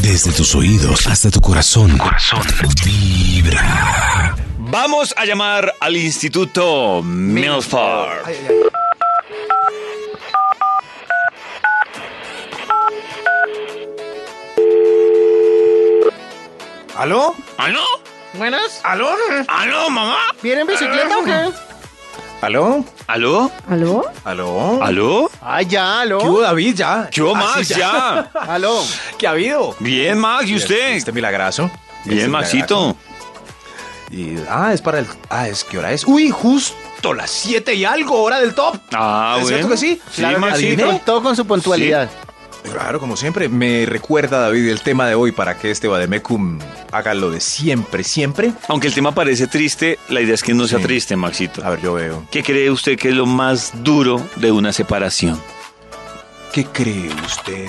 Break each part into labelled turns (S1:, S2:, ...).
S1: Desde tus oídos hasta tu corazón. Corazón. Vibra.
S2: Vamos a llamar al Instituto Milford.
S3: ¿Aló?
S2: ¿Aló?
S4: Buenas.
S3: ¿Aló?
S2: ¿Aló, mamá?
S4: ¿Vienen bicicleta o qué?
S3: ¿Aló?
S2: ¿Aló?
S4: ¿Aló?
S3: ¿Aló?
S2: ¿Aló?
S4: Ay, ya, aló.
S3: ¿Qué hubo, David, Ah, ya?
S2: ¿Qué hubo,
S3: Así
S2: Max? Ya.
S4: Aló.
S3: ¿Qué ha habido?
S2: Bien, Max. ¿Y usted?
S3: Este milagrazo. Este
S2: Bien, Maxito.
S3: milagrazo. Y, ah, es para el... Ah, es ¿qué hora es? Uy, justo las 7 y algo, hora del top.
S2: Ah,
S3: ¿Es
S2: bueno.
S3: cierto que sí?
S2: Sí,
S3: Claro,
S2: Maxito.
S3: adiviné.
S4: Con- todo con su puntualidad.
S3: Claro, como siempre, me recuerda David el tema de hoy para que este Bademecum haga lo de siempre, siempre.
S2: Aunque el tema parece triste, la idea es que no sea
S3: Sí.
S2: triste, Maxito.
S3: A ver, yo veo.
S2: ¿Qué cree usted que es lo más duro de una separación?
S3: ¿Qué cree usted?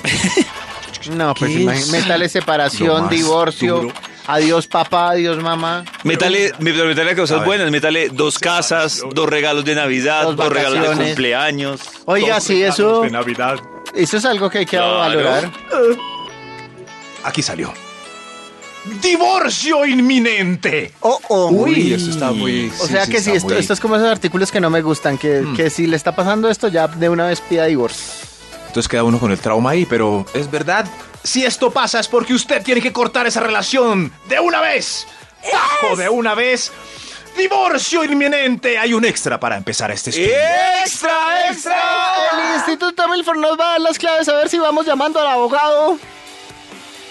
S4: No, pues
S3: ¿Qué
S4: imagín-
S3: es?
S4: métale
S3: Lo
S4: separación,
S3: más
S4: divorcio.
S3: duro.
S4: Adiós papá, adiós mamá.
S2: Métale, me- pero métale
S3: A
S2: cosas
S3: ver.
S2: buenas, métale dos casas, dos regalos de Navidad, dos,
S4: Dos
S2: regalos de
S4: vacaciones.
S2: cumpleaños.
S4: Oiga, sí, eso,
S3: De Navidad.
S4: eso es algo que hay que
S2: Claro.
S4: valorar.
S3: Aquí salió. ¡Divorcio inminente!
S4: Oh, oh.
S3: Uy, esto está muy... Mm.
S4: O sea que sí, esto, esto es como esos artículos que no me gustan, que, que si le está pasando esto ya de una vez pida divorcio.
S3: Entonces queda uno con el trauma ahí, pero es verdad. Si esto pasa es porque usted tiene que cortar esa relación de una vez. ¡Tajo de una vez! ¡Divorcio inminente! Hay un extra para empezar este estudio.
S2: ¿Eh? ¡Extra, extra!
S4: El Instituto Milford nos va a dar las claves a ver si vamos llamando al abogado.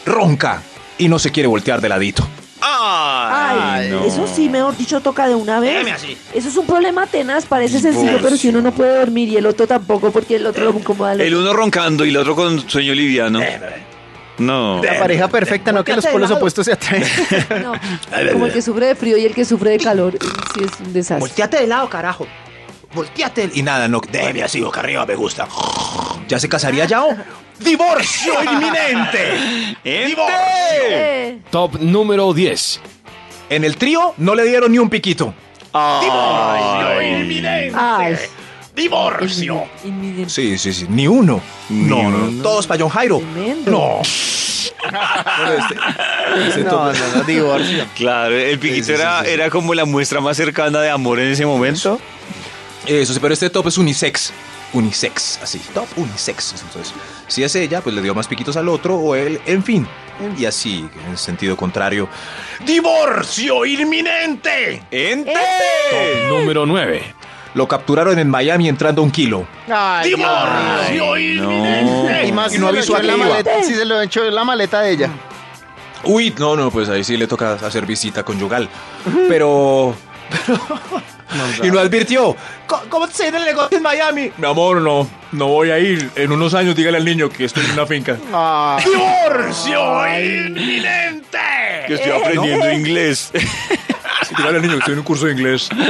S3: Ronca y no se quiere voltear de ladito.
S2: ¡Ay!
S5: Ay, eso sí, mejor dicho, toca de una vez. Eso es un problema tenaz, parece sencillo, pero si uno no puede dormir y el otro tampoco, porque el otro lo incomoda. al
S2: El
S5: otro.
S2: uno roncando y el otro con sueño liviano.
S3: Eh,
S2: No.
S4: La pareja perfecta, no que los polos opuestos se atraen.
S5: No, como el que sufre de frío y el que sufre de calor, eh, sí es un desastre.
S6: Volteate de lado, carajo. Volteate de
S3: Y nada, no. Debe así, boca arriba, me gusta. ¿Ya se casaría Yao? ¡Divorcio inminente!
S2: ¡Ente!
S3: ¡Divorcio!
S5: Eh,
S1: Top número 10.
S3: En el trío no le dieron ni un piquito.
S5: Ay,
S3: ¡Divorcio!
S5: inminente.
S3: Sí, sí, sí. Ni uno. No, no. Todos para John Jairo.
S5: Tremendo.
S3: No. Pero este- este
S4: No, no,
S3: tope-
S4: no, divorcio.
S2: Claro, el piquito
S3: Sí, sí, sí,
S2: era,
S3: sí, sí.
S2: era como la muestra más cercana de amor en ese momento.
S3: Eso sí, pero este top es unisex. Unisex, así. Top unisex. Entonces, si es ella, pues le dio más piquitos al otro o él, en fin. Y así, en sentido contrario. ¡Divorcio inminente!
S2: ¡Ente!
S1: Top número 9.
S3: Lo capturaron en Miami entrando un kilo.
S4: Ay, Dios mío.
S2: No.
S4: Y más
S3: Y
S4: si
S3: no
S4: se lo
S3: avisó
S4: echó
S3: a
S4: en la
S3: que iba.
S4: maleta, si se lo echó en la maleta de ella.
S3: Uy, no, no, pues ahí sí le toca hacer visita conyugal. Pero. y lo advirtió. "Co- ¿Cómo se viene el negocio en Miami? Mi amor, no. No voy a ir. En unos años dígale al niño que estoy en una finca.
S4: Ah,
S3: ¡Divorcio inminente!
S2: Que estoy
S5: Eh,
S2: aprendiendo inglés.
S3: Dígale al niño que estoy en un curso de inglés.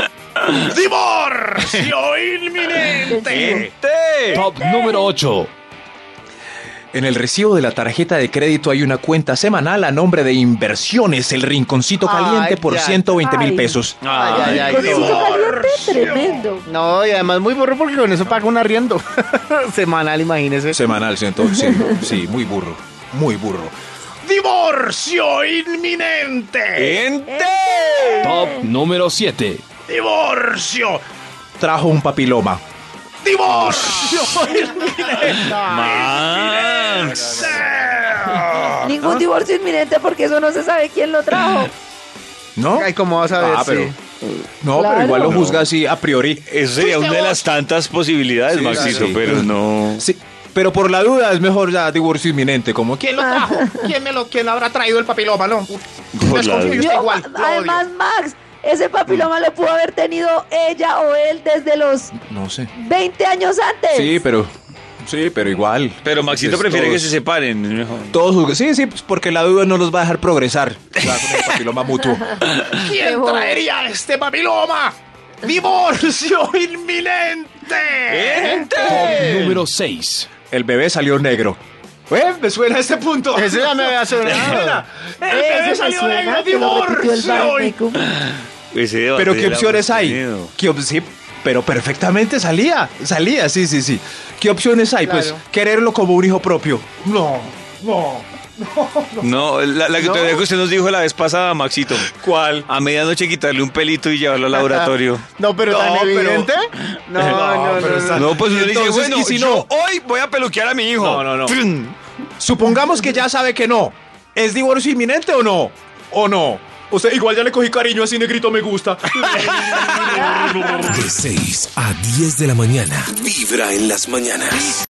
S3: ¡Divorcio inminente!
S2: ¡Ente!
S1: Top número 8.
S3: En el recibo de la tarjeta de crédito hay una cuenta semanal a nombre de Inversiones, el Rinconcito Caliente,
S4: Ay,
S3: por
S4: ya.
S3: 120 mil
S5: Ay.
S3: pesos.
S4: ay, ay, ay,
S5: Con
S4: no.
S5: eso caliente, tremendo.
S4: No, y además muy burro porque con eso paga un arriendo semanal, imagínese.
S3: Semanal, sí, entonces, sí, sí, muy burro, muy burro. ¡Divorcio inminente!
S2: ¡Ente!
S1: Top número 7.
S3: ¡Divorcio! Trajo un papiloma. ¡Divorcio! Ah.
S2: ¡Max!
S5: Eh, Ningún divorcio inminente, porque eso no se sabe quién lo trajo.
S3: ¿No?
S4: Ay, ¿cómo vas a ver?
S3: Ah, pero,
S4: Sí.
S3: No, pero
S5: Claro.
S3: igual lo
S5: No.
S3: juzga así a priori.
S2: Eso sería una de las tantas posibilidades,
S3: Sí,
S2: Maxito,
S3: sí.
S2: pero no.
S3: Sí, pero por la duda es mejor ya divorcio inminente, como ¿quién lo trajo?
S6: ¿Quién me lo, quién habrá traído el papiloma, no?
S2: Por la
S6: confío.
S2: duda.
S6: Está igual, lo odio.
S5: además, Max, ese papiloma lo pudo haber tenido ella o él desde los
S3: No sé.
S5: 20 años antes.
S4: Pues.
S3: Sí, pero sí, pero igual.
S2: Pero Maxito
S3: Entonces,
S2: prefiere que
S3: todos-
S2: se separen. es mejor.
S3: todos juzgan- Sí, sí, pues, porque la duda no los va a dejar progresar. Ya con el papiloma mutuo.
S5: Qué
S6: ¿Quién
S5: bobo.
S6: traería a este papiloma? ¡Divorcio inminente!
S1: Top número 6.
S3: El bebé salió negro. Eh, me suena este punto.
S4: Ese ya me había sonado.
S6: ¡El
S5: Eso me
S6: bebé salió
S5: suena
S6: negro!
S5: que lo repitió el
S6: ¡Divorcio! in-
S5: Barney Cum.
S2: Ese debate
S3: Pero
S2: ya
S3: ¿qué
S2: lo
S3: opciones
S2: hemos
S3: hay?
S2: tenido.
S3: ¿Qué op- sí, pero perfectamente salía. Salía, sí, sí, sí. ¿Qué opciones hay? Pues
S4: Claro.
S3: quererlo como un hijo propio. No,
S2: No, la, la que todavía que usted nos dijo la vez pasada, Maxito.
S3: ¿Cuál?
S2: A medianoche quitarle un pelito y llevarlo al laboratorio.
S4: No, pero
S3: No,
S4: tan
S3: pero-
S4: evidente. No, no, no.
S3: pero
S4: no,
S3: está-
S2: No, pues uno le dice,
S3: Entonces,
S2: bueno,
S3: ¿y si
S2: yo hoy voy a peluquear a mi hijo.
S3: No, no, no.
S2: Trin.
S3: Supongamos que ya sabe que no. ¿Es divorcio inminente o no? ¿O no? O sea, igual ya le cogí cariño así negrito me gusta.
S1: De 6 a 10 de la mañana. Vibra en las mañanas.